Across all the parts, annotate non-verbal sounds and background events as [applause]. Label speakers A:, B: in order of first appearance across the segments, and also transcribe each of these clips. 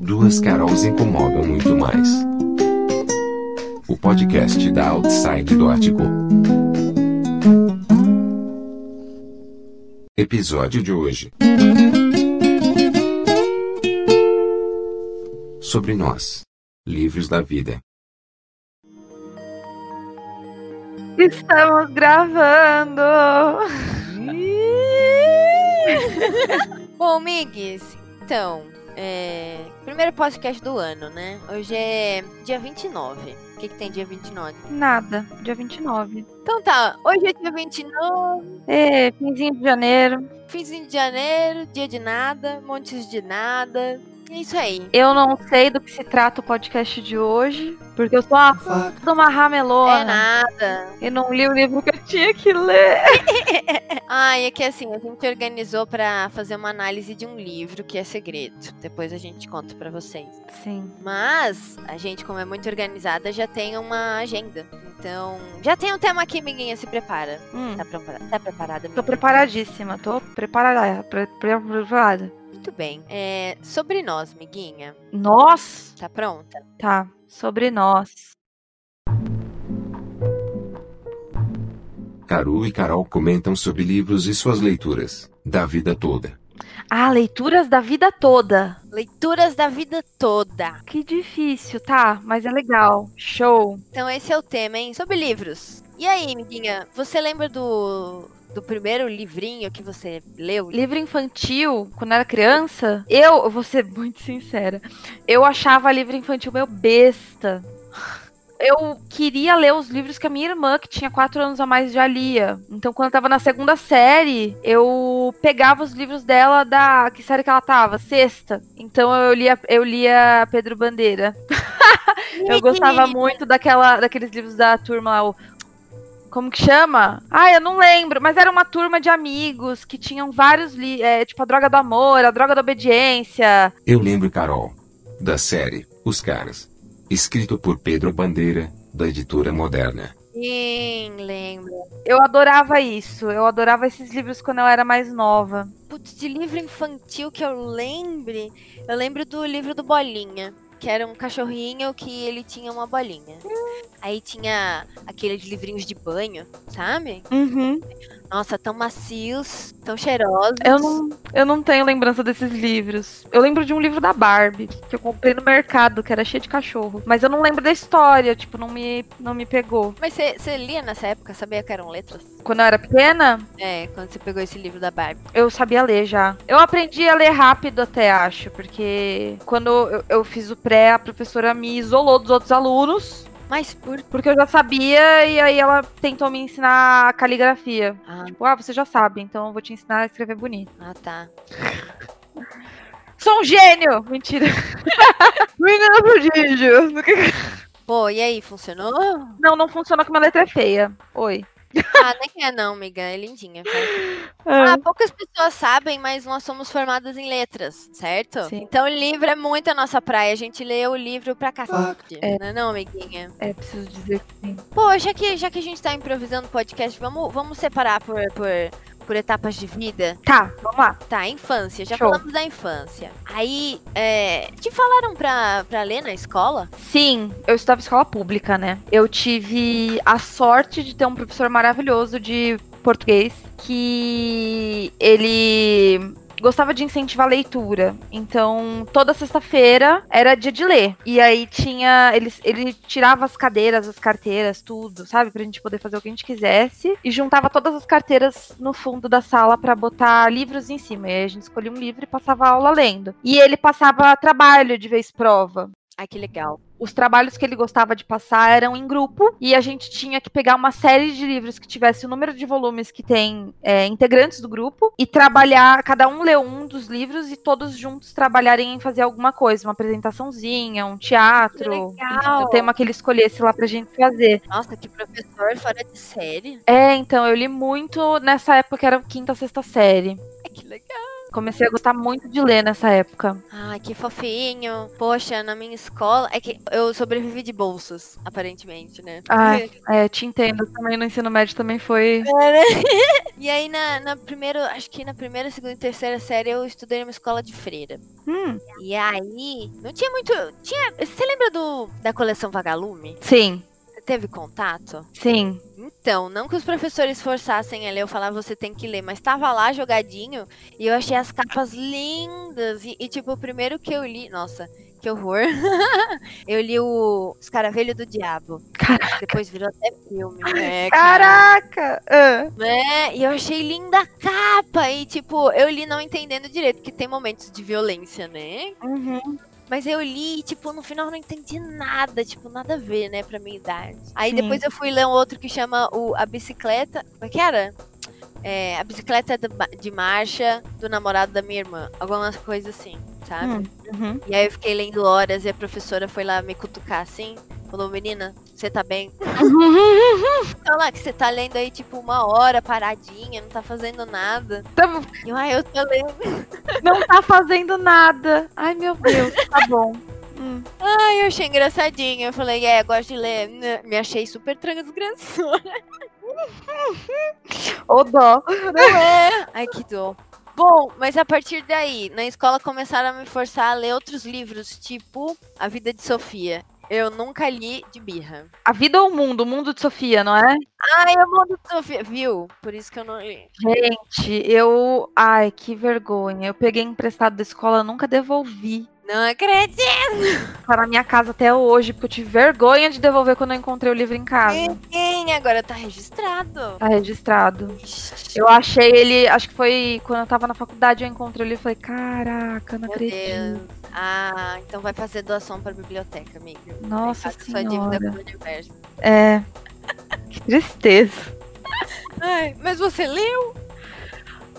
A: Duas Carols incomodam muito mais. O podcast da Outside do Ático. Episódio de hoje. Sobre nós. Livros da vida.
B: Estamos gravando!
C: Bom, Migs, então, é... primeiro podcast do ano, né? Hoje é dia 29. O que, que tem dia 29?
B: Nada, dia 29.
C: Então tá, hoje é dia 29,
B: É, finzinho de janeiro.
C: finzinho de janeiro, dia de nada, montes de nada. É isso aí.
B: Eu não sei do que se trata o podcast de hoje, porque eu sou uma puta de uma
C: É
B: ramelona
C: nada.
B: e não li o livro que eu tinha que ler.
C: Ah, e é que assim, a gente organizou pra fazer uma análise de um livro que é segredo. Depois a gente conta pra vocês.
B: Sim.
C: Mas a gente, como é muito organizada, já tem uma agenda. Então, já tem um tema aqui, amiguinha, se prepara.
B: Hum,
C: Tá, prepara- tá preparada?
B: tô
C: menina?
B: preparadíssima, tô preparada. Pre preparada.
C: Muito bem. É, sobre nós, amiguinha.
B: Nós?
C: Tá pronta?
B: Tá, sobre nós.
A: Caru e Carol comentam sobre livros e suas leituras, da vida toda.
B: Ah, leituras da vida toda.
C: Leituras da vida toda.
B: Que difícil, tá, mas é legal. Show.
C: Então esse é o tema, hein? Sobre livros. E aí, amiguinha, você lembra do, do primeiro livrinho que você leu?
B: livro infantil, quando era criança, eu, eu vou ser muito sincera, eu achava livro infantil meu besta. Eu queria ler os livros que a minha irmã, que tinha quatro anos a mais, já lia. Então, quando eu tava na segunda série, eu pegava os livros dela da. Que série que ela tava? Sexta. Então eu lia, eu lia Pedro Bandeira. Eu gostava muito daquela, daqueles livros da turma lá, o- Como que chama? Ah, eu não lembro, mas era uma turma de amigos que tinham vários livros, tipo a droga do amor, a droga da obediência.
A: Eu lembro Carol. Da série Os Caras. Escrito por Pedro Bandeira, da editora moderna.
C: Sim, lembro.
B: Eu adorava isso, eu adorava esses livros quando eu era mais nova.
C: Putz, de livro infantil que eu lembre, eu lembro do livro do Bolinha. Que era um cachorrinho que ele tinha uma bolinha.
B: Hum.
C: Aí tinha aqueles livrinhos de banho, sabe?
B: Uhum.
C: Nossa, tão macios, tão cheirosos.
B: Eu não, eu não tenho lembrança desses livros. Eu lembro de um livro da Barbie, que eu comprei no mercado, que era cheio de cachorro. Mas eu não lembro da história, tipo, não me, não me pegou.
C: Mas você lia nessa época? Sabia que eram letras?
B: Quando eu era pequena,
C: É, quando você pegou esse livro da Barbie.
B: Eu sabia ler já. Eu aprendi a ler rápido até, acho, porque quando eu, eu fiz o pré, a professora me isolou dos outros alunos,
C: Mas por.
B: porque eu já sabia, e aí ela tentou me ensinar a caligrafia.
C: Ah,
B: Tipo, ah, você já sabe, então eu vou te ensinar a escrever bonito.
C: ah, tá.
B: Sou um gênio! Mentira. Menina prodígio.
C: Pô, e aí,
B: [laughs]
C: funcionou?
B: Não, não funciona que uma letra é feia. Oi.
C: Ah, nem que é não, amiga. É lindinha. cara. Ah, poucas pessoas sabem, mas nós somos formadas em letras, certo?
B: Sim.
C: Então, livro é muito a nossa praia. A gente lê o livro pra cacete.
B: É.
C: Não é não, amiguinha?
B: É, preciso dizer que sim.
C: Pô, já que, já que a gente tá improvisando podcast, vamos, vamos separar por, por, por etapas de vida?
B: Tá, vamos lá.
C: Tá, infância. Já
B: Show.
C: falamos da infância. Aí, é, te falaram pra, pra ler na escola?
B: Sim, eu estudava em escola pública, né? Eu tive a sorte de ter um professor maravilhoso de português que ele gostava de incentivar a leitura. Então, toda sexta-feira era dia de ler. E aí tinha, ele, ele tirava as cadeiras, as carteiras, tudo, sabe, pra gente poder fazer o que a gente quisesse e juntava todas as carteiras no fundo da sala pra botar livros em cima. E aí a gente escolhia um livro e passava a aula lendo. E ele passava trabalho de vez prova
C: Ai, que legal.
B: os trabalhos que ele gostava de passar eram em grupo e a gente tinha que pegar uma série de livros que tivesse o número de volumes que tem é, integrantes do grupo e trabalhar, cada um leu um dos livros e todos juntos trabalharem em fazer alguma coisa, uma apresentaçãozinha, um teatro,
C: Que
B: enfim,
C: legal.
B: o tema que ele escolhesse lá pra gente fazer.
C: Nossa, que professor fora de série.
B: É, então eu li muito nessa época era quinta, sexta série.
C: Ai, que legal.
B: Comecei a gostar muito de ler nessa época.
C: Ah, que fofinho. Poxa, na minha escola. É que eu sobrevivi de bolsas, aparentemente, né?
B: Ah, é, te entendo. Também no ensino médio também foi.
C: [laughs] E aí, na, na primeira, acho que na primeira, segunda e terceira série, eu estudei numa escola de freira.
B: Hum,
C: E aí, não tinha muito. Tinha. Você lembra do da coleção Vagalume?
B: sim,
C: Você teve contato?
B: sim.
C: Então, não que os professores forçassem a ler ou falar você tem que ler, mas tava lá jogadinho e eu achei as capas lindas. E, e, tipo, o primeiro que eu li. Nossa, que horror! [laughs] eu li o Escaravelho do Diabo.
B: Caraca.
C: Depois virou até filme. né, cara?
B: Caraca! Ah,
C: né? E eu achei linda a capa. E, tipo, eu li não entendendo direito, porque tem momentos de violência, né?
B: uhum.
C: Mas eu li e, tipo, no final eu não entendi nada. Tipo, nada a ver, né, pra minha idade. Aí
B: Sim.
C: depois eu fui ler um outro que chama o A Bicicleta. Como é que era? É, a bicicleta de ba- de marcha do namorado da minha irmã. Alguma coisa assim,
B: Hum,
C: sabe?
B: uhum.
C: E aí eu fiquei lendo horas e a professora foi lá me cutucar assim. Falou, menina, você tá bem?
B: uhum. [laughs]
C: Olha lá que você tá lendo aí, tipo, uma hora paradinha, não tá fazendo nada.
B: Tamo-
C: E eu, ai, eu tô lendo.
B: Tá não tá fazendo nada. Ai, meu Deus, tá
C: [laughs]
B: bom. Hum.
C: Ai, eu achei engraçadinho. Eu falei, é, gosto de ler. Né, Me achei super transgressora.
B: Ô dó.
C: Não é? Ai, que dor. Bom, mas a partir daí, na escola começaram a me forçar a ler outros livros, tipo A Vida de Sofia. Eu nunca li de birra.
B: A vida ou o mundo? O mundo de Sofia, não é?
C: Ai, eu mando Sofia. Viu? Por isso que eu não li.
B: Gente, eu. Ai, que vergonha. Eu peguei emprestado da escola, nunca devolvi.
C: Não acredito!
B: Tá na minha casa até hoje, porque eu tive vergonha de devolver quando eu encontrei o livro em casa.
C: Sim, agora tá registrado.
B: Tá registrado. Eu achei ele, acho que foi quando eu tava na faculdade, eu encontrei ele e falei, caraca, não
C: Meu
B: acredito.
C: Deus. Ah, então vai fazer doação pra biblioteca, amiga.
B: Nossa
C: Paga sua
B: senhora.
C: dívida com o universo.
B: É. Que tristeza.
C: Ai, mas você leu?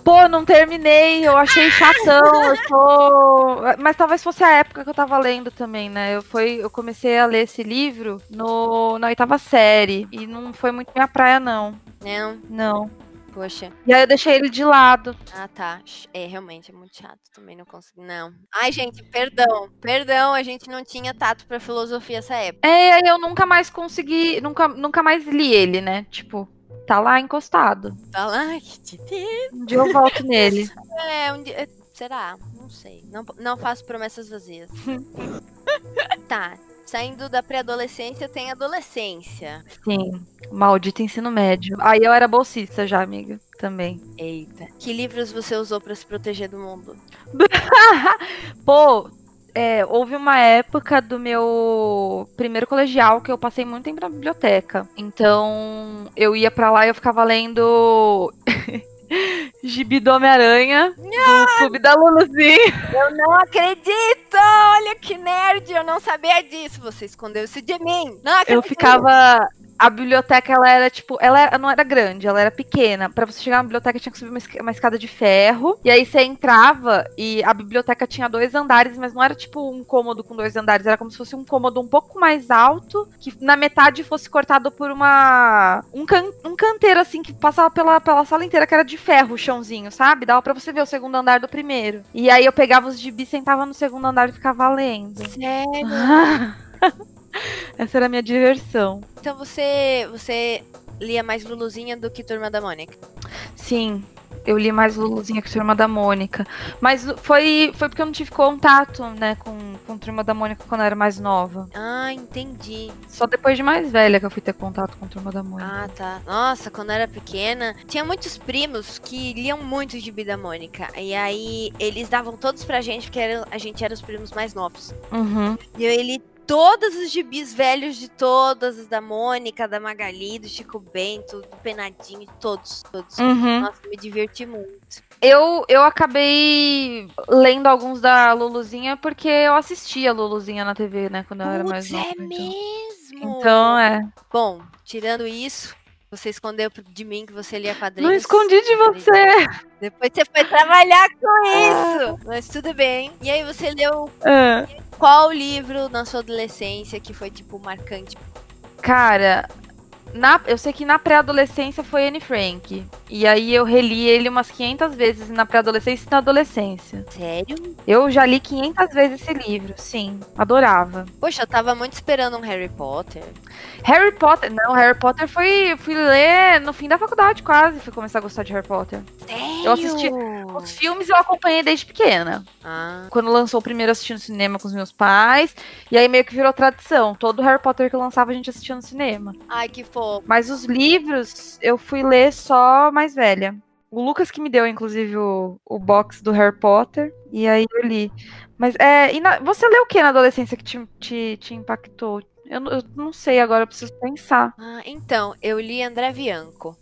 B: Pô, não terminei, eu achei chatão, eu tô... Mas talvez fosse a época que eu tava lendo também, né? Eu, foi, eu comecei a ler esse livro no, na oitava série, e não foi muito minha praia, não.
C: Não,
B: Não.
C: poxa.
B: E aí eu deixei ele de lado.
C: Ah, tá. É, realmente, é muito chato. Também não consigo. Não. Ai, gente, perdão. Perdão, a gente não tinha tato pra filosofia essa época.
B: É, e aí eu nunca mais consegui, nunca, nunca mais li ele, né? Tipo, tá lá encostado.
C: Tá lá, que titi.
B: Um dia eu volto nele.
C: É, um dia... é, Será? Não sei. Não, não faço
B: [laughs]
C: promessas vazias. tá. Saindo da pré-adolescência, tem adolescência.
B: Sim. Maldito ensino médio. Aí eu era bolsista já, amiga, também.
C: Eita. Que livros você usou pra se proteger do mundo?
B: [laughs] Pô, é, houve uma época do meu primeiro colegial que eu passei muito tempo na biblioteca. Então, eu ia pra lá e eu ficava lendo [laughs] Gibi do Homem-Aranha, do Clube da Luluzinha.
C: Eu não acredito! Olha que nerd! Eu não sabia disso! Você escondeu isso de mim! Não acredito!
B: Eu ficava... A biblioteca, ela era, tipo, ela era- não era grande, ela era pequena. Pra você chegar na biblioteca, tinha que subir uma, esca- uma escada de ferro. E aí você entrava e a biblioteca tinha dois andares, mas não era, tipo, um cômodo com dois andares. Era como se fosse um cômodo um pouco mais alto, que na metade fosse cortado por uma... Um, can, um canteiro, assim, que passava pela, pela sala inteira, que era de ferro, o chãozinho, sabe? Dava pra você ver o segundo andar do primeiro. E aí eu pegava os gibis, sentava no segundo andar e ficava lendo.
C: Sério?
B: Essa era a minha diversão.
C: Então você, você lia mais Luluzinha do que Turma da Mônica?
B: Sim, eu li mais Luluzinha que Turma da Mônica. Mas foi, foi porque eu não tive contato, né, com, com Turma da Mônica quando eu era mais nova.
C: Ah, entendi.
B: Só depois de mais velha que eu fui ter contato com Turma da Mônica.
C: Ah, tá. Nossa, quando eu era pequena, tinha muitos primos que liam muito o Gibi da Mônica. E aí eles davam todos pra gente, porque era- a gente era os primos mais novos.
B: Uhum.
C: E eu li todos os gibis velhos de todas, da Mônica, da Magali, do Chico Bento, do Penadinho, de todos, todos.
B: Uhum.
C: Nossa, me diverti muito.
B: Eu, eu acabei lendo alguns da Luluzinha porque eu assistia Luluzinha na TV, né, quando eu era mais
C: Putz,
B: nova.
C: é
B: então.
C: mesmo?
B: Então, é.
C: Bom, tirando isso, você escondeu pro- de mim que você lia quadrinhos.
B: Não escondi de você.
C: Depois você foi trabalhar com isso. Mas tudo bem. E aí você leu
B: Ah.
C: qual livro na sua adolescência que foi, tipo, marcante?
B: Cara, Na, eu sei que na pré-adolescência foi Anne Frank. E aí eu reli ele umas 500 vezes na pré-adolescência e na adolescência.
C: Sério?
B: Eu já li 500 vezes esse livro, sim. Adorava.
C: Poxa, eu tava muito esperando um Harry Potter.
B: Harry Potter. Não, Harry Potter foi. Fui ler no fim da faculdade, quase. Fui começar a gostar de Harry Potter.
C: Sério?
B: Eu assisti- Os filmes eu acompanhei desde pequena.
C: Ah,
B: Quando lançou o primeiro, eu assisti no cinema com os meus pais. E aí meio que virou tradição. Todo Harry Potter que eu lançava, a gente assistia no cinema.
C: ai, que fofo.
B: Mas os livros eu fui ler só mais velha. O Lucas que me deu, inclusive, o, o box do Harry Potter. E aí eu li. Mas é. e na- você leu o que na adolescência que te, te, te impactou? Eu, n- eu não sei agora, eu preciso pensar.
C: Ah, então, eu li André Bianco.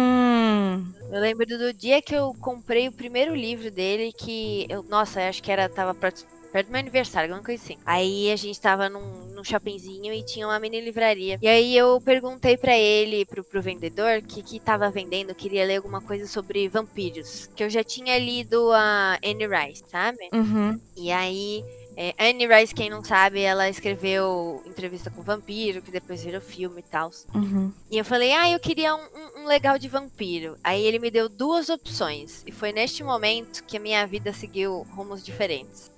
B: Hum.
C: Eu lembro do dia que eu comprei o primeiro livro dele, que eu, nossa, eu acho que era tava perto, perto do meu aniversário, alguma coisa assim. Aí a gente tava num, num shoppingzinho e tinha uma mini livraria. E aí eu perguntei pra ele, pro, pro vendedor, que que tava vendendo, eu queria ler alguma coisa sobre vampiros, que eu já tinha lido a Anne Rice, sabe?
B: Uhum.
C: E aí, é, Anne Rice, quem não sabe, ela escreveu Entrevista com o Vampiro, que depois virou filme e tal.
B: Uhum.
C: E eu falei, ah, eu queria um, um- um legal de vampiro. Aí ele me deu duas opções. E foi neste momento que a minha vida seguiu rumos diferentes.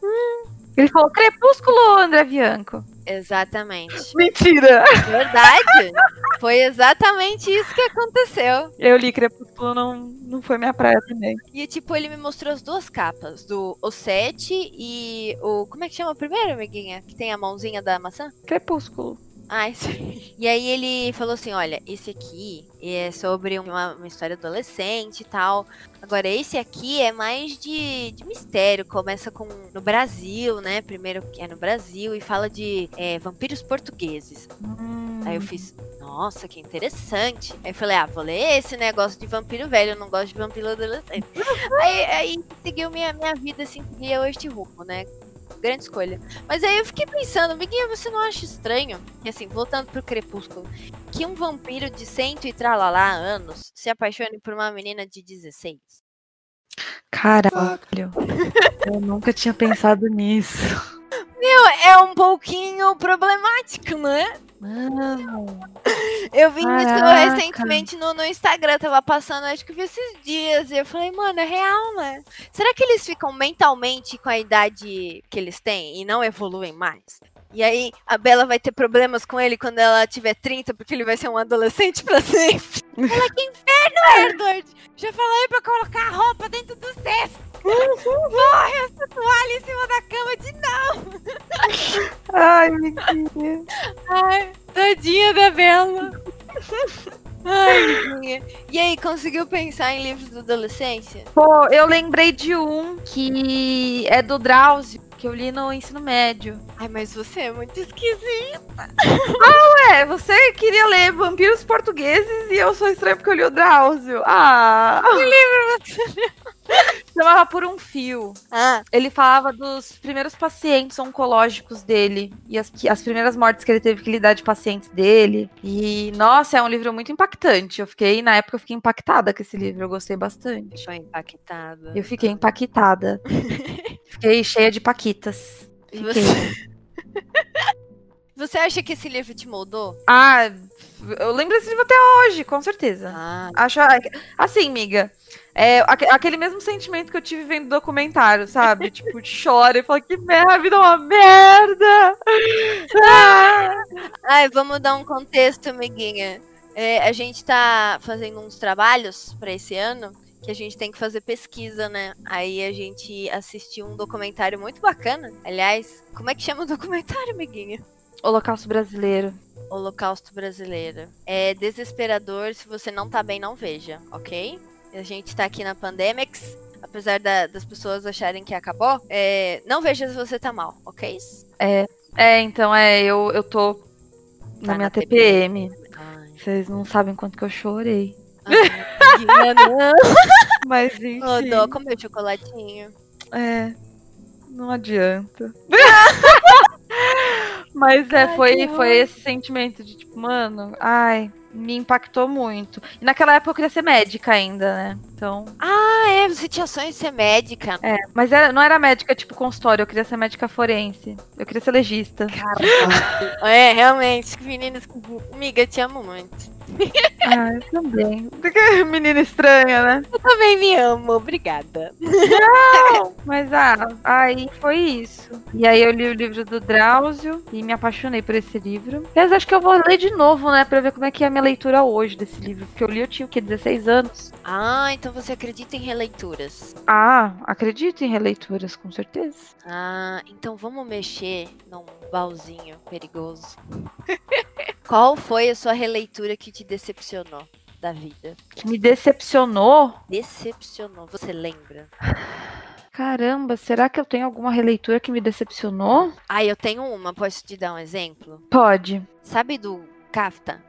B: Ele falou Crepúsculo, André Bianco. [laughs]
C: Exatamente.
B: Mentira!
C: Verdade! Foi exatamente isso que aconteceu.
B: Eu li Crepúsculo, não, não foi minha praia também.
C: E, tipo, ele me mostrou as duas capas, do O Sete e o. Como é que chama o primeiro, amiguinha? Que tem a mãozinha da maçã?
B: Crepúsculo.
C: Ai, [laughs] sim. E aí ele falou assim, olha, esse aqui é sobre uma, uma história adolescente e tal. Agora, esse aqui é mais de, de mistério. Começa com no Brasil, né? Primeiro que é no Brasil e fala de é, vampiros portugueses.
B: Hum.
C: Aí eu
B: Uhum.
C: fiz, nossa, que interessante. Aí eu falei, ah, vou ler esse negócio de vampiro velho, eu não gosto de vampiro adolescente. aí, aí seguiu minha, minha vida, assim, seguia este rumo, né? Grande escolha. Mas aí eu fiquei pensando, amiguinha, você não acha estranho? E assim, voltando pro Crepúsculo, que um vampiro de cento e tralalá anos se apaixone por uma menina de 16?
B: Caralho. Eu nunca tinha pensado nisso.
C: É um pouquinho problemático, né?
B: Mano.
C: Eu vi isso
B: Caraca.
C: recentemente no, no Instagram, tava passando, acho que eu vi esses dias, e eu falei, mano, é real, né? Será que eles ficam mentalmente com a idade que eles têm e não evoluem mais? E aí a Bela vai ter problemas com ele quando ela tiver 30, porque ele vai ser um adolescente pra sempre. Ela que inferno, Edward! Já falei pra colocar a roupa dentro do cesto! Morre essa toalha em cima da cama de
B: Ai, amiguinha.
C: Ai, tadinha da Bela. Ai, amiguinha. E aí, conseguiu pensar em livros da adolescência?
B: Pô, eu lembrei de um que é do Drauzio, que eu li no ensino médio.
C: Ai, mas você é muito esquisito.
B: Ué, É, você queria ler Vampiros Portugueses e eu sou estranha porque eu li o Drauzio. Ah! Que livro você [laughs] Chamava Por um Fio.
C: Ah,
B: Ele falava dos primeiros pacientes oncológicos dele e as, que- as primeiras mortes que ele teve que lidar de pacientes dele. E, nossa, é um livro muito impactante. Eu fiquei, na época, eu fiquei impactada com esse livro. Eu gostei bastante.
C: estou impactada.
B: Eu fiquei [laughs] empaquitada. fiquei cheia de paquitas.
C: E você... [laughs] você acha que esse livro te moldou?
B: Ah, eu lembro desse livro até hoje, com certeza.
C: Ah,
B: Acho assim, miga. É aque- aquele mesmo sentimento que eu tive vendo o documentário, sabe? tipo, chora e fala que merda, a vida é uma merda. Ah!
C: Ai, vamos dar um contexto, amiguinha. É, a gente tá fazendo uns trabalhos pra esse ano que a gente tem que fazer pesquisa, né? Aí a gente assistiu um documentário muito bacana. Aliás, como é que chama o documentário, amiguinha?
B: Holocausto brasileiro.
C: Holocausto Brasileiro. É desesperador, se você não tá bem, não veja, ok? A gente tá aqui na Pandemics, apesar da- das pessoas acharem que acabou. é, não veja se você tá mal, ok?
B: É, então, é, eu, eu tô na
C: Tá
B: minha
C: na
B: TPM.
C: Ai,
B: Vocês não sabem quanto que eu chorei.
C: amiguinha, não.
B: Mas, enfim.
C: Ô, Dó, comeu chocolatinho.
B: É. Não adianta. Mas é,
C: Ai,
B: foi,
C: que
B: foi
C: horror.
B: esse sentimento de tipo, mano, ai, me impactou muito. E naquela época eu queria ser médica ainda, né? Então.
C: Ah, é, você tinha sonho de ser médica.
B: É. Mas era- não era médica tipo consultório, eu queria ser médica forense. Eu queria ser legista.
C: É, realmente, meninas, amiga, te amo muito.
B: Ah, eu também. [laughs] Menina estranha, né?
C: Eu também me amo, obrigada.
B: Mas ah, aí foi isso. E aí eu li o livro do Drauzio e me apaixonei por esse livro. Mas acho que eu vou ler de novo, né? Pra ver como é que é a minha leitura hoje desse livro. Porque eu li, eu tinha o quê? 16 anos?
C: Ah, então você acredita em releituras.
B: Ah, acredito em releituras, com certeza.
C: Ah, então vamos mexer num balzinho perigoso. [laughs] Qual foi a sua releitura que te decepcionou da vida?
B: Que me decepcionou.
C: Decepcionou, você lembra?
B: Caramba, será que eu tenho alguma releitura que me decepcionou?
C: Ah, eu tenho uma, posso te dar um exemplo?
B: Pode.
C: Sabe do Kafta?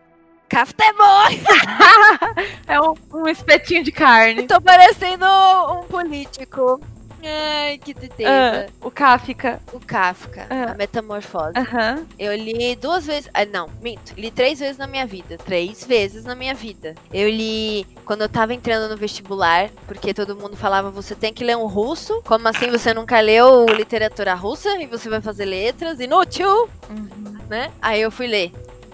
C: Kafta é bom!
B: [laughs]
C: [laughs]
B: É um, um espetinho de carne.
C: Tô parecendo um político. Ai, que tristeza.
B: Ah, o Kafka.
C: O Kafka,
B: Ah.
C: a metamorfose.
B: Aham.
C: Eu li duas vezes. Ah, não, minto. Li três vezes na minha vida. Três vezes na minha vida. Eu li quando eu tava entrando no vestibular, porque todo mundo falava: você tem que ler um russo. Como assim você nunca leu literatura russa e você vai fazer letras? Inútil,
B: Uhum.
C: né? Aí eu fui ler.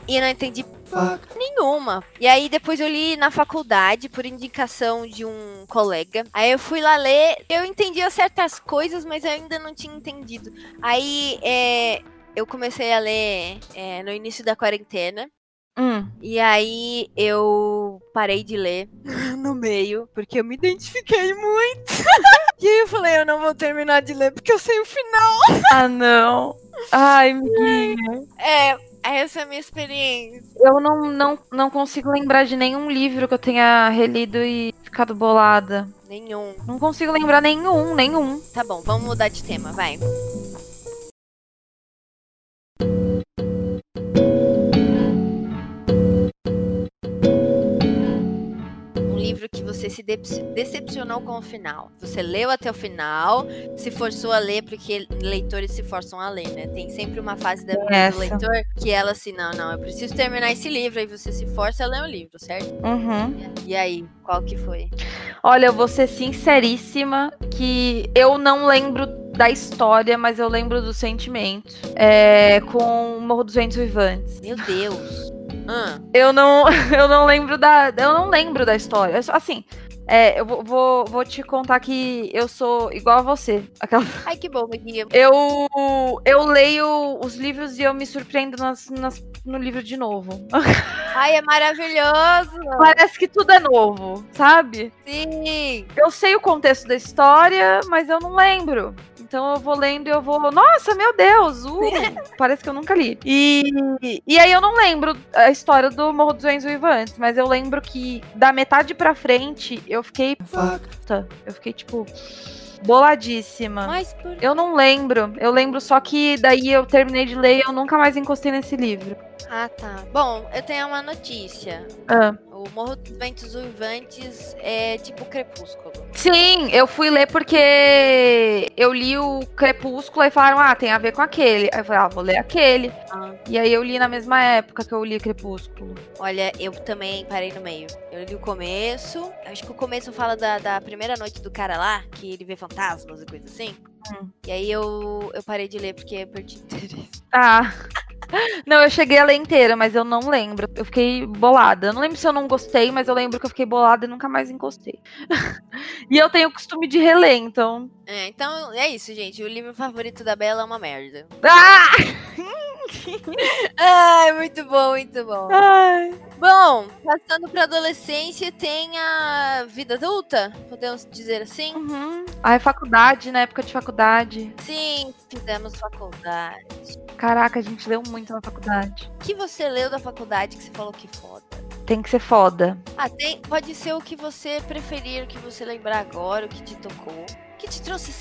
C: E não entendi porra nenhuma. E aí depois eu li na faculdade, por indicação de um colega. Aí eu fui lá ler. Eu entendia certas coisas, mas eu ainda não tinha entendido. Aí é, eu comecei a ler é, no início da quarentena.
B: Hum.
C: E aí eu parei de ler [laughs] no meio, porque eu me identifiquei muito. [laughs] e aí eu falei, eu não vou terminar de ler porque eu sei o final.
B: Ah, não. Ai, amiguinha.
C: É, essa é a minha experiência.
B: Eu não, não, não consigo lembrar de nenhum livro que eu tenha relido e ficado bolada.
C: Nenhum.
B: Não consigo lembrar nenhum, nenhum.
C: Tá bom, vamos mudar de tema, vai. Um livro que você se dece- decepcionou com o final. Você leu até o final, se forçou a ler, porque leitores se forçam a ler, né? Tem sempre uma fase da vida
B: Essa.
C: do leitor que ela assim, não, não, eu preciso terminar esse livro, aí você se força a ler o livro, certo?
B: Uhum.
C: E aí, qual que foi?
B: Olha, eu vou ser sinceríssima que eu não lembro da história, mas eu lembro do sentimento. É, com o Morro dos Ventos Vivantes.
C: Meu Deus! Ah,
B: Eu não, [laughs] eu não lembro da. Eu não lembro da história. Eu só- Assim, é, eu vou, vou, vou te contar que eu sou igual a você. Aquela
C: ai, que bom, Guia.
B: Eu, eu leio os livros e eu me surpreendo nas- nas- no livro de novo.
C: Ai, é maravilhoso!
B: Parece que tudo é novo, sabe?
C: Sim!
B: Eu sei o contexto da história, mas eu não lembro. Então eu vou lendo e eu vou. Nossa, meu Deus! uh,
C: [laughs]
B: parece que eu nunca li. E, e aí eu não lembro a história do Morro dos Ventos Vivantes, mas eu lembro que da metade pra frente eu fiquei. Puta, eu fiquei tipo. Boladíssima.
C: Mas por...
B: Eu não lembro. Eu lembro só que daí eu terminei de ler e eu nunca mais encostei nesse livro.
C: Ah, tá. Bom, eu tenho uma notícia.
B: Ah.
C: O Morro dos Ventos Uivantes é tipo crepúsculo.
B: Sim, eu fui ler porque eu li o Crepúsculo e falaram, ah, tem a ver com aquele. Aí eu falei, ah, vou ler aquele.
C: Ah.
B: E aí eu li na mesma época que eu li Crepúsculo.
C: Olha, eu também parei no meio. Eu li o começo. Acho que o começo fala da, da primeira noite do cara lá, que ele vê fantasmas e coisa assim.
B: Hum.
C: E aí eu, eu parei de ler porque eu perdi [laughs] o interesse.
B: Ah. [laughs] Não, eu cheguei a ler inteira, mas eu não lembro. Eu fiquei bolada. Eu não lembro se eu não gostei, mas eu lembro que eu fiquei bolada e nunca mais encostei. [laughs] e eu tenho o costume de reler, então.
C: É, então é isso, gente. O livro favorito da Bela é uma [laughs] merda.
B: Ah!
C: Ai, Ah, é muito bom, muito bom.
B: Ai.
C: Bom, passando pra adolescência, tem a vida adulta, podemos dizer assim?
B: Uhum. Ai, faculdade, na época de faculdade.
C: Sim, fizemos faculdade.
B: Caraca, a gente leu muito na faculdade.
C: O que você leu da faculdade que você falou que foda?
B: Tem que ser foda.
C: Ah, tem, pode ser o que você preferir, o que você lembrar agora, o que te tocou, o que te trouxe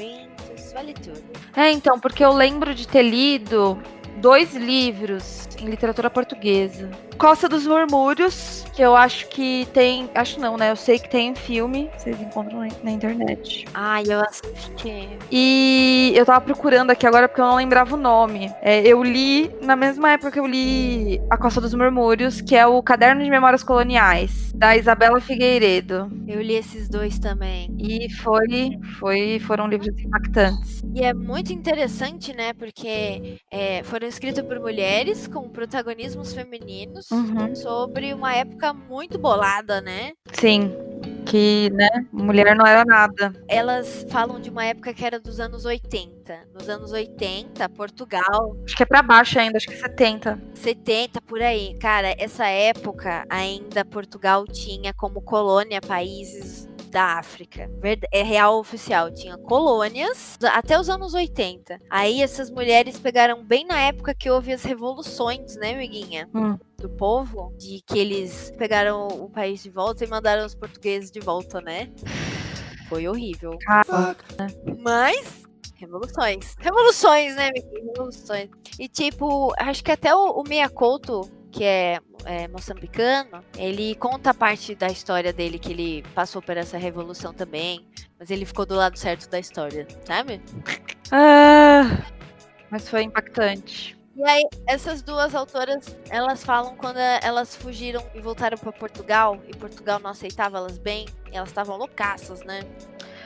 C: sentimentos, vale tudo.
B: É, então, porque eu lembro de ter lido dois livros em literatura portuguesa. Costa dos Murmúrios, que eu acho que tem. Acho não, né? Eu sei que tem em filme, vocês encontram na- na internet.
C: Ai, eu assisti.
B: E eu tava procurando aqui agora porque eu não lembrava o nome. É, eu li, na mesma época que eu li A Costa dos Murmúrios, que é o Caderno de Memórias Coloniais, da Isabela Figueiredo.
C: Eu li esses dois também.
B: E foi, foi, foram livros impactantes.
C: E é muito eh, interessante, né? Porque é, foram escritos por mulheres com protagonismos femininos. anos.
B: Uhum.
C: Sobre uma época muito bolada, né?
B: Sim. Que, né, mulher não era nada.
C: Elas falam de uma época que era dos anos 80. Nos anos 80, Portugal,
B: Acho que é pra baixo ainda, acho que é 70.
C: 70 por aí. Cara, essa época ainda Portugal tinha como colônia países da África. Verd- É real oficial, tinha colônias até os anos 80. Aí essas mulheres pegaram bem na época que houve as revoluções, né, amiguinha?
B: Hum.
C: Do povo, de que eles pegaram o país de volta e mandaram os portugueses de volta, né? Foi horrível. Mas. Revoluções. Revoluções, né, amiguinha? Revoluções. E tipo, acho que até o, o Mia Couto, que é, é moçambicano, ele conta a parte da história dele, que ele passou por essa revolução também. Mas ele ficou do lado certo da história, sabe?
B: Ah, mas foi impactante.
C: E aí, essas duas autoras, elas falam quando elas fugiram e voltaram pra Portugal, e Portugal não aceitava elas bem, e elas estavam loucaças, né?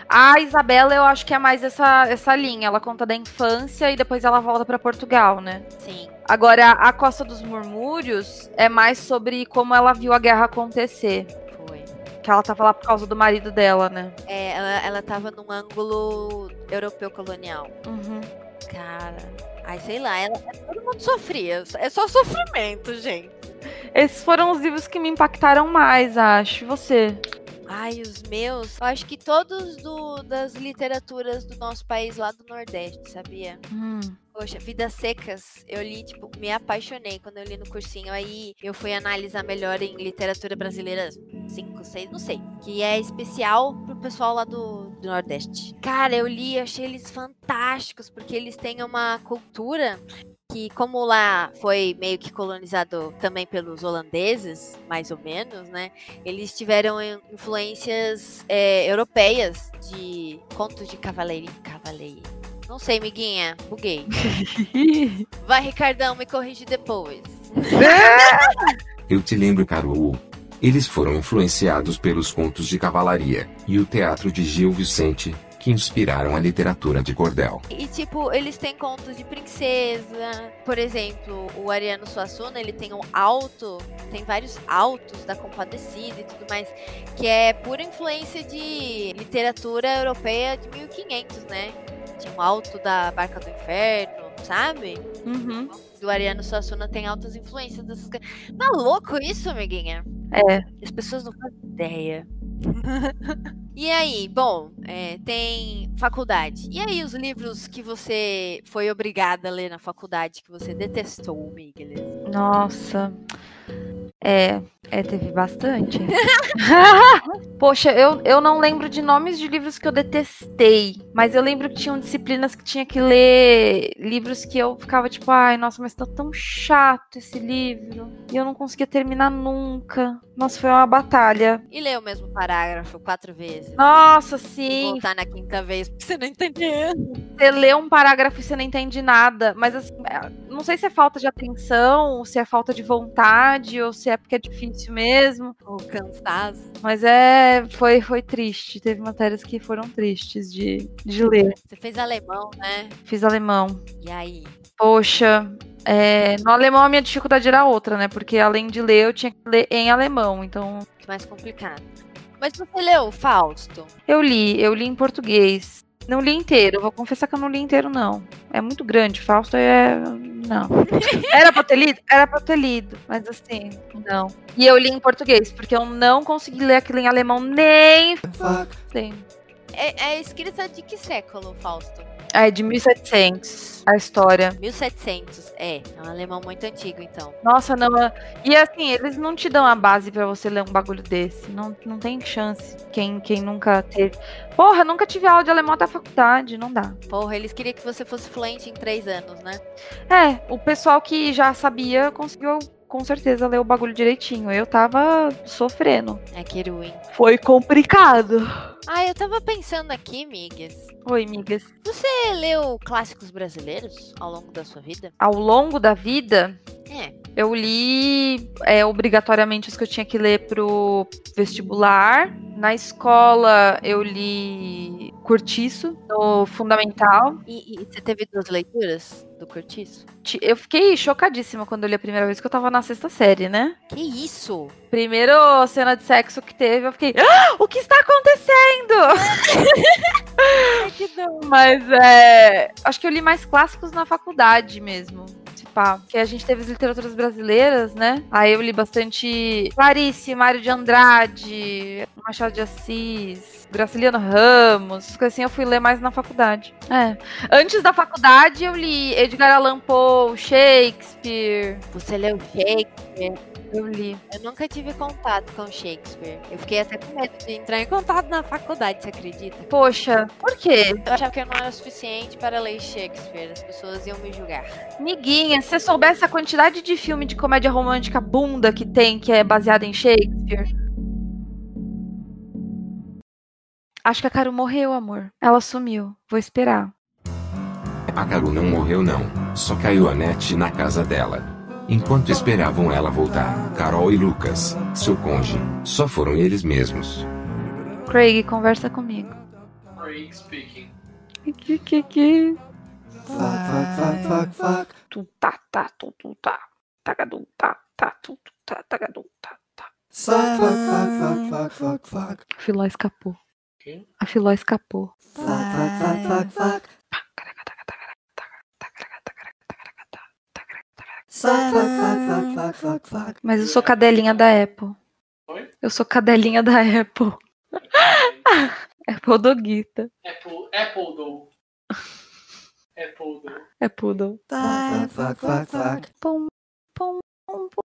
B: A Isabela, eu acho que é mais essa, essa linha. Ela conta da infância e depois ela volta pra Portugal, né?
C: Sim.
B: Agora, a Costa dos Murmúrios é mais sobre como ela viu a guerra acontecer.
C: Foi.
B: Que ela tava lá por causa do marido dela, né?
C: É, ela, ela tava num ângulo europeu colonial.
B: Uhum.
C: Cara, ai sei lá, ela, todo mundo sofria. É só sofrimento, gente.
B: Esses foram os livros que me impactaram mais, acho. E você?
C: Ai, os meus. Eu acho que todos do- das literaturas do nosso país lá do Nordeste, sabia?
B: Hum.
C: Poxa, Vidas Secas, eu li, tipo, me apaixonei quando eu li no cursinho. Aí eu fui analisar melhor em literatura brasileira 5, 6, não sei. Que é especial pro pessoal lá do, do Nordeste. Cara, eu li, achei eles fantásticos, porque eles têm uma cultura que, como lá foi meio que colonizado também pelos holandeses, mais ou menos, né? Eles tiveram in- influências eh, europeias de contos de cavaleirinho, cavaleiro. Não sei, miguinha, buguei. Vai, Ricardão, me corrige depois.
B: É?
A: Eu te lembro, Carol. Eles foram influenciados pelos contos de cavalaria e o teatro de Gil Vicente, que inspiraram a literatura de cordel.
C: E, tipo, eles têm contos de princesa. Por exemplo, o Ariano Suassuna, ele tem um alto, tem vários altos da Compadecida e tudo mais, que é pura influência de literatura europeia de 1500, né? Tinha um alto da Barca do Inferno, sabe?
B: Uhum.
C: Do Ariano Suassuna tem altas influências dessas coisas. Não é louco isso, amiguinha?
B: É.
C: As pessoas não fazem ideia. [laughs] e aí, bom, é, tem faculdade. E aí, os livros que você foi obrigada a ler na faculdade, que você detestou, Miguel?
B: Nossa. É, é, teve bastante. Poxa, eu, eu não lembro de nomes de livros que eu detestei, mas eu lembro que tinham disciplinas que tinha que ler livros que eu ficava tipo, ai, nossa, mas tá tão chato esse livro. E eu não conseguia terminar nunca. Nossa, foi uma batalha.
C: E ler o mesmo parágrafo quatro vezes.
B: Nossa,
C: E
B: sim.
C: voltar na quinta vez, porque você não [laughs] entendeu.
B: Você lê um parágrafo e você não entende nada, mas assim, é, não sei se é falta de atenção, ou se é falta de vontade, ou se é porque é difícil mesmo.
C: O cansaço.
B: Mas é, foi, foi triste. Teve matérias que foram tristes de, de ler.
C: Você fez alemão, né?
B: Fiz alemão.
C: E aí?
B: Poxa, é, no alemão a minha dificuldade era outra, né? Porque além de ler, eu tinha que ler em alemão. Então,
C: Que mais complicado. Mas você leu Fausto?
B: eu li, eu li em português. Não li inteiro, vou confessar que eu não li inteiro, não. É muito grande, Fausto é. Não. Era pra eu ter lido? Era pra eu ter lido, mas assim, não. E eu li em português, porque eu não consegui ler aquilo em alemão nem. Sim.
C: É, é escrita de que século, Fausto?
B: Ah, É de 1700 a história.
C: 1700. É, é um alemão muito antigo, então.
B: Nossa, não. é- E assim, eles não te dão a base pra você ler um bagulho desse. Não, não tem chance. Quem, quem nunca teve. Porra, nunca tive aula de alemão até a faculdade. Não dá.
C: Porra, eles queriam que você fosse fluente em três anos, né?
B: É, o pessoal que já sabia conseguiu com certeza ler o bagulho direitinho. Eu tava sofrendo.
C: É que ruim.
B: Foi complicado.
C: Ah, eu tava pensando aqui, migas.
B: Oi, migas.
C: Você leu clássicos brasileiros ao longo da sua vida?
B: Ao longo da vida,
C: É.
B: Eu li é, obrigatoriamente os que eu tinha que ler pro vestibular. Na escola eu li Cortiço, do no Fundamental.
C: E, e você teve duas leituras do Cortiço?
B: Ti- Eu fiquei chocadíssima quando eu li a primeira vez que eu tava na sexta série, né?
C: Que isso?
B: Primeiro cena de sexo que teve, eu fiquei. "Ah, o que está acontecendo?
C: que
B: Mas é. Acho que eu li mais clássicos na faculdade mesmo. se pá. Porque a gente teve as literaturas brasileiras, né? Aí eu li bastante Clarice, Mário de Andrade, Machado de Assis, Graciliano Ramos, essas coisas assim eu fui ler mais na faculdade. É. Antes da faculdade eu li Edgar Allan Poe, Shakespeare.
C: Você leu Shakespeare?
B: Eu li.
C: Eu nunca tive contato com Shakespeare. Eu fiquei até com medo de entrar em contato na faculdade, você acredita?
B: Poxa, por quê?
C: Eu achava que eu não era suficiente para ler Shakespeare. As pessoas iam me julgar.
B: Miguinha, se você soubesse a quantidade de filme de comédia romântica bunda que tem, que é baseada em Shakespeare. Acho que a Caru morreu, amor. Ela sumiu. Vou esperar.
A: A Caru não morreu não, só caiu a net na casa dela. Enquanto esperavam ela voltar, Carol e Lucas, seu conge, só foram eles mesmos.
B: Craig, conversa comigo.
D: Craig speaking.
B: Que, que, que.
E: fuck, fuck, fuck.
B: Tu tá, tá, tu, tu tá. Tagadum, tá, tá, tu, tu tá, tagadum, tá, tá.
E: Fuck, fuck, fuck, fuck, fuck, fuck.
B: A Filó escapou.
D: Quem?
B: A Filó escapou.
E: Fuck, fuck, fuck, fuck, fuck. Fuck, fuck, fuck, fuck, fuck, fuck.
B: Mas eu sou cadelinha da Apple.
D: Oi?
B: Eu sou cadelinha da Apple. Apple Doguita.
D: Apple, Apple do. Apple do.
B: Apple Dog.
E: Fuck, fuck, fuck, fuck.
B: É Pum, pum, pum, pum.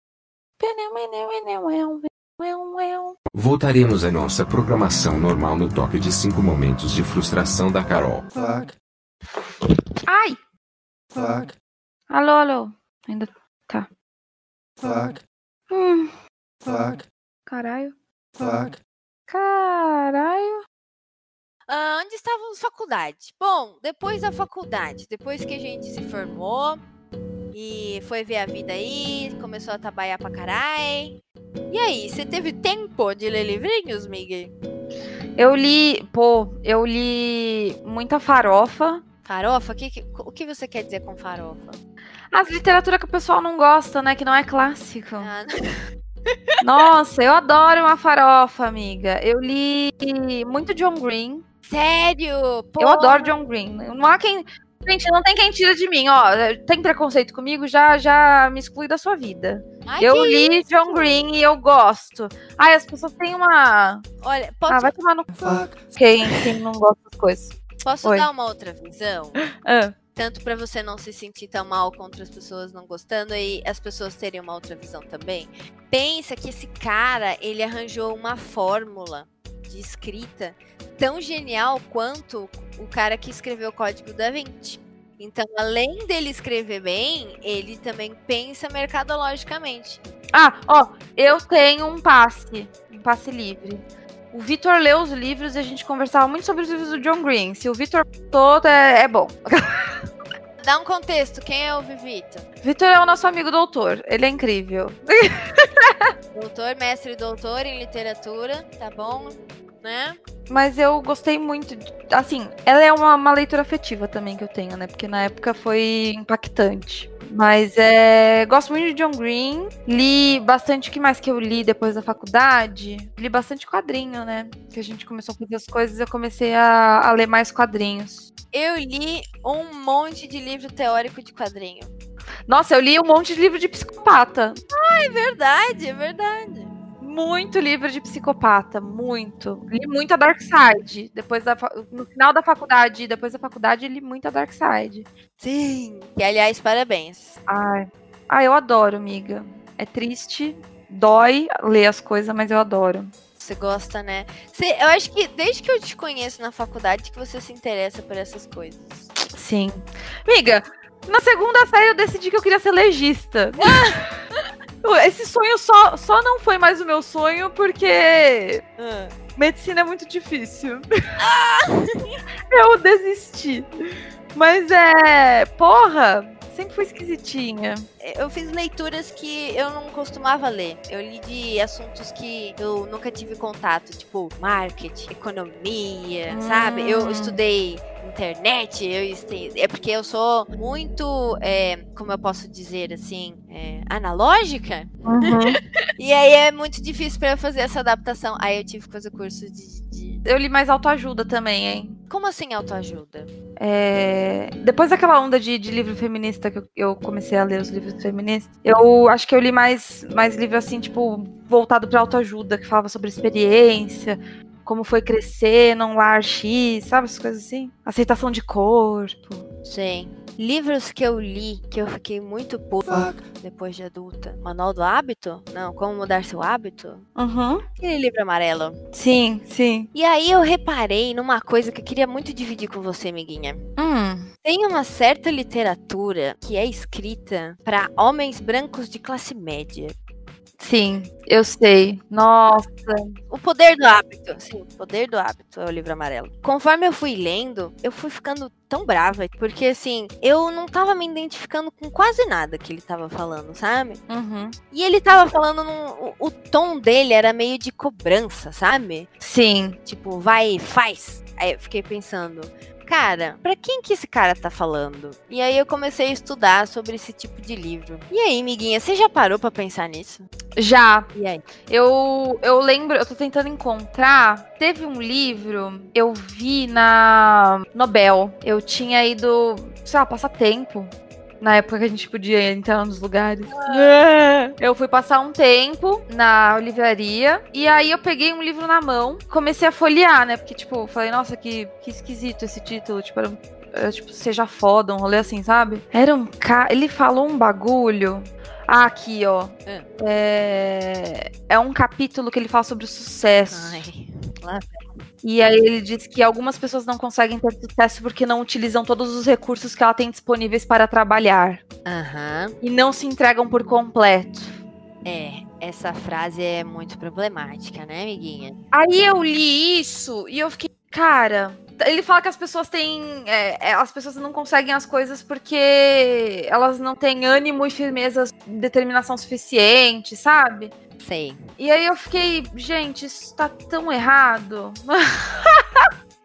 B: Peneu, meneu, eneu, eu, eu, eu.
A: Voltaremos à nossa programação normal no toque de 5 momentos de frustração da Carol.
E: Fuck,
B: Ai!
E: fuck,
B: Alô, alô. Ainda.
E: fuck,
B: Hum,
E: fuck,
B: caralho.
E: fuck.
B: Caralho.
C: Ah, onde estávamos faculdade? Bom, depois da faculdade, depois que a gente se formou e foi ver a vida aí, começou a trabalhar pra carai. E aí, você teve tempo de ler livrinhos, Miguel?
B: Eu li. Pô, eu li muita farofa.
C: Farofa? Que- que- o que você quer dizer com farofa?
B: As literatura que o pessoal não gosta, né? Que não é clássico.
C: Ah,
B: Nossa, eu adoro uma farofa, amiga. Eu li muito John Green.
C: [laughs] sério? Pô,
B: Eu adoro John Green. Não há quem. Gente, não tem quem tira de mim, ó. Tem preconceito comigo, já já me exclui da sua vida.
C: ai,
B: eu
C: que-
B: li John Green e eu gosto. Ai, as pessoas têm uma.
C: Olha,
B: Ah,
C: posso,
B: vai tomar no cu
E: Fuck,
B: quem, quem não gosta das coisas.
C: posso
B: Oi.
C: dar uma outra visão?
B: Ah,
C: Tanto pra você não se sentir tão mal contra as pessoas não gostando e as pessoas terem uma outra visão também. Pensa que esse cara, ele arranjou uma fórmula de escrita tão genial quanto o cara que escreveu o Código da Vinci. Então, além dele escrever bem, ele também pensa mercadologicamente.
B: Ah, ó, eu tenho um passe. Um passe livre. O Vitor leu os livros e a gente conversava muito sobre os livros do John Green. Se o Vitor todo é, é bom.
C: Dá um contexto, quem é o Vivito?
B: Vitor é o nosso amigo doutor. Ele é incrível.
C: Doutor, mestre e doutor em literatura, tá bom? Né?
B: Mas eu gostei muito. de- Assim, ela é uma, uma leitura afetiva também que eu tenho, né? Porque na época foi impactante. Mas é. Gosto muito de John Green. Li bastante. O que mais que eu li depois da faculdade? Li bastante quadrinho, né? Que a gente começou a fazer as coisas eu comecei a, a ler mais quadrinhos.
C: Eu li um monte de livro teórico de quadrinho.
B: Nossa, eu li um monte de livro de psicopata.
C: Verdade, é verdade.
B: Muito livro de psicopata, muito. Li muita Dark Side. Depois da fa- no final da faculdade, depois da faculdade, li muita Dark Side.
C: Sim. E aliás, parabéns.
B: Ai. Ah, eu adoro, amiga. É triste, dói ler as coisas, mas eu adoro.
C: Você gosta, né? Você- eu acho que desde que eu te conheço na faculdade que você se interessa por essas coisas.
B: Sim. Amiga, na segunda série eu decidi que eu queria ser legista. Esse sonho só, só não foi mais o meu sonho porque medicina é muito difícil. eu desisti. Mas é. Porra, sempre fui esquisitinha.
C: Eu fiz leituras que eu não costumava ler. Eu li de assuntos que eu nunca tive contato, tipo marketing, economia,
B: Hum.
C: sabe? Eu estudei internet, eu este- é porque eu sou muito, é, como eu posso dizer assim, é, analógica. E aí é muito difícil pra eu fazer essa adaptação. Aí eu tive que fazer curso de. de-
B: Eu li mais autoajuda também, hein?
C: Como assim autoajuda?
B: É, Depois daquela onda de, de livro feminista que eu, eu comecei a ler os livros feministas, eu acho que eu li mais, mais livro assim, tipo, voltado pra autoajuda, que falava sobre experiência, como foi crescer num lar X, sabe? Essas coisas assim. Aceitação de corpo.
C: Sim. Livros que eu li, que eu fiquei muito puta
E: fuck,
C: depois de adulta. Manual do hábito? Não, como mudar seu hábito?
B: Uhum.
C: Aquele livro amarelo.
B: Sim, sim.
C: E aí eu reparei numa coisa que eu queria muito dividir com você, amiguinha.
B: Hum.
C: Tem uma certa literatura que é escrita pra homens brancos de classe média.
B: Sim, eu sei. Nossa.
C: O Poder do Hábito. Sim, O Poder do Hábito é o livro amarelo. Conforme eu fui lendo, eu fui ficando tão brava, porque assim, eu não tava me identificando com quase nada que ele tava falando, sabe?
B: Uhum.
C: E ele tava falando num. O, o tom dele era meio de cobrança, sabe?
B: Sim.
C: Tipo, vai, faz. Aí eu fiquei pensando, cara, pra quem que esse cara tá falando? E aí eu comecei a estudar sobre esse tipo de livro. E aí, amiguinha, você já parou pra pensar nisso?
B: Já,
C: E aí?
B: Eu, eu lembro, eu tô tentando encontrar. Teve um livro, eu vi na Nobel. Eu tinha ido, sei lá, passar tempo. Na época que a gente podia entrar nos lugares. Eu fui passar um tempo na livraria. E aí eu peguei um livro na mão. Comecei a folhear, né? Porque, tipo, eu falei, nossa, que, que esquisito esse título. Tipo, era um. era, tipo, seja foda, um rolê assim, sabe? Era um cara. Ele falou um bagulho. Ah, aqui, ó.
C: É.
B: É... é um capítulo que ele fala sobre o sucesso.
C: Ai.
B: E aí ele diz que algumas pessoas não conseguem ter sucesso porque não utilizam todos os recursos que ela tem disponíveis para trabalhar.
C: Aham.
B: E não se entregam por completo.
C: É, essa frase é muito problemática, né, amiguinha?
B: Aí eu li isso e eu fiquei, cara. Ele fala que as pessoas têm. é, é, as pessoas não conseguem as coisas porque elas não têm ânimo e firmeza, determinação suficiente, sabe?
C: Sei.
B: E aí eu fiquei, gente, isso tá tão errado.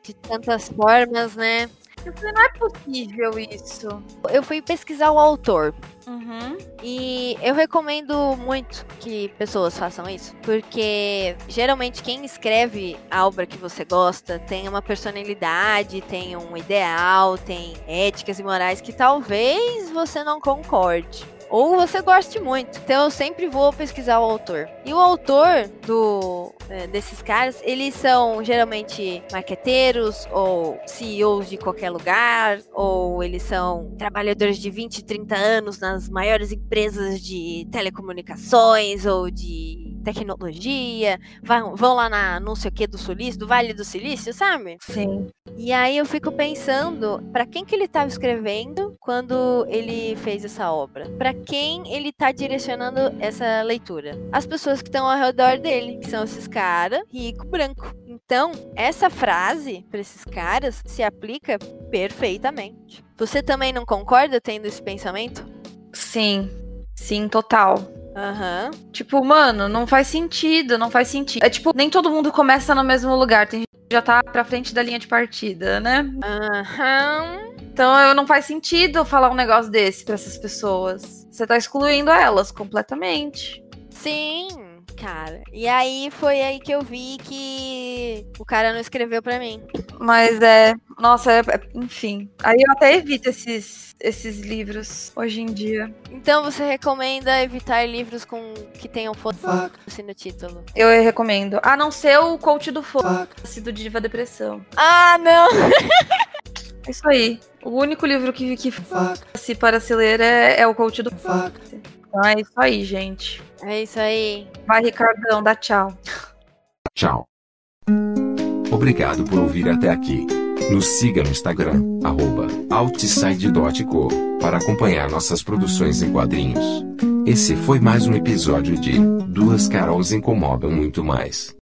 C: De tantas formas, né?
B: Não é possível isso.
C: Eu fui pesquisar o autor,
B: Uhum.
C: E eu recomendo muito que pessoas façam isso, porque geralmente quem escreve a obra que você gosta tem uma personalidade, tem um ideal, tem éticas e morais que talvez você não concorde. Ou você goste muito. Então eu sempre vou pesquisar o autor. E o autor do, eh, desses caras, eles são geralmente marqueteiros ou CEOs de qualquer lugar, ou eles são trabalhadores de 20, 30 anos nas maiores empresas de telecomunicações ou de tecnologia, vão, vão lá na não sei o que do Silício, do Vale do Silício, sabe?
B: Sim.
C: E aí eu fico pensando pra quem que ele estava escrevendo quando ele fez essa obra, Pra quem ele tá direcionando essa leitura. As pessoas que estão ao redor dele, que são esses caras rico branco. Então essa frase pra esses caras se aplica perfeitamente. Você também não concorda tendo esse pensamento?
B: Sim. Sim, total.
C: Aham.
B: Tipo, mano, não faz sentido, não faz sentido. É tipo, nem todo mundo começa no mesmo lugar. Tem gente que já tá pra frente da linha de partida, né?
C: Aham.
B: Então eu- não faz sentido eu falar um negócio desse pra essas pessoas. Você tá excluindo elas completamente.
C: Sim. Cara, e aí foi aí que eu vi que o cara não escreveu pra mim.
B: Mas é. Nossa, é- é- enfim. Aí eu até evito esses, esses livros hoje em dia.
C: Então você recomenda evitar livros com que tenham foto
E: fuck,
C: no título.
B: Eu recomendo. A não ser o coach do fogo,
E: fuck,
B: do Diva Depressão.
C: Ah, não!
B: É isso aí. O único livro que, que
E: fuck,
B: se para se ler é, é o coach do fogo.
E: fuck.
B: Então é isso aí, gente.
C: É isso aí.
B: Vai, Ricardão, dá tchau.
A: Tchau. Obrigado por ouvir até aqui. Nos siga no Instagram, arroba outside.co, para acompanhar nossas produções em quadrinhos. Esse foi mais um episódio de Duas Carols Incomodam Muito Mais.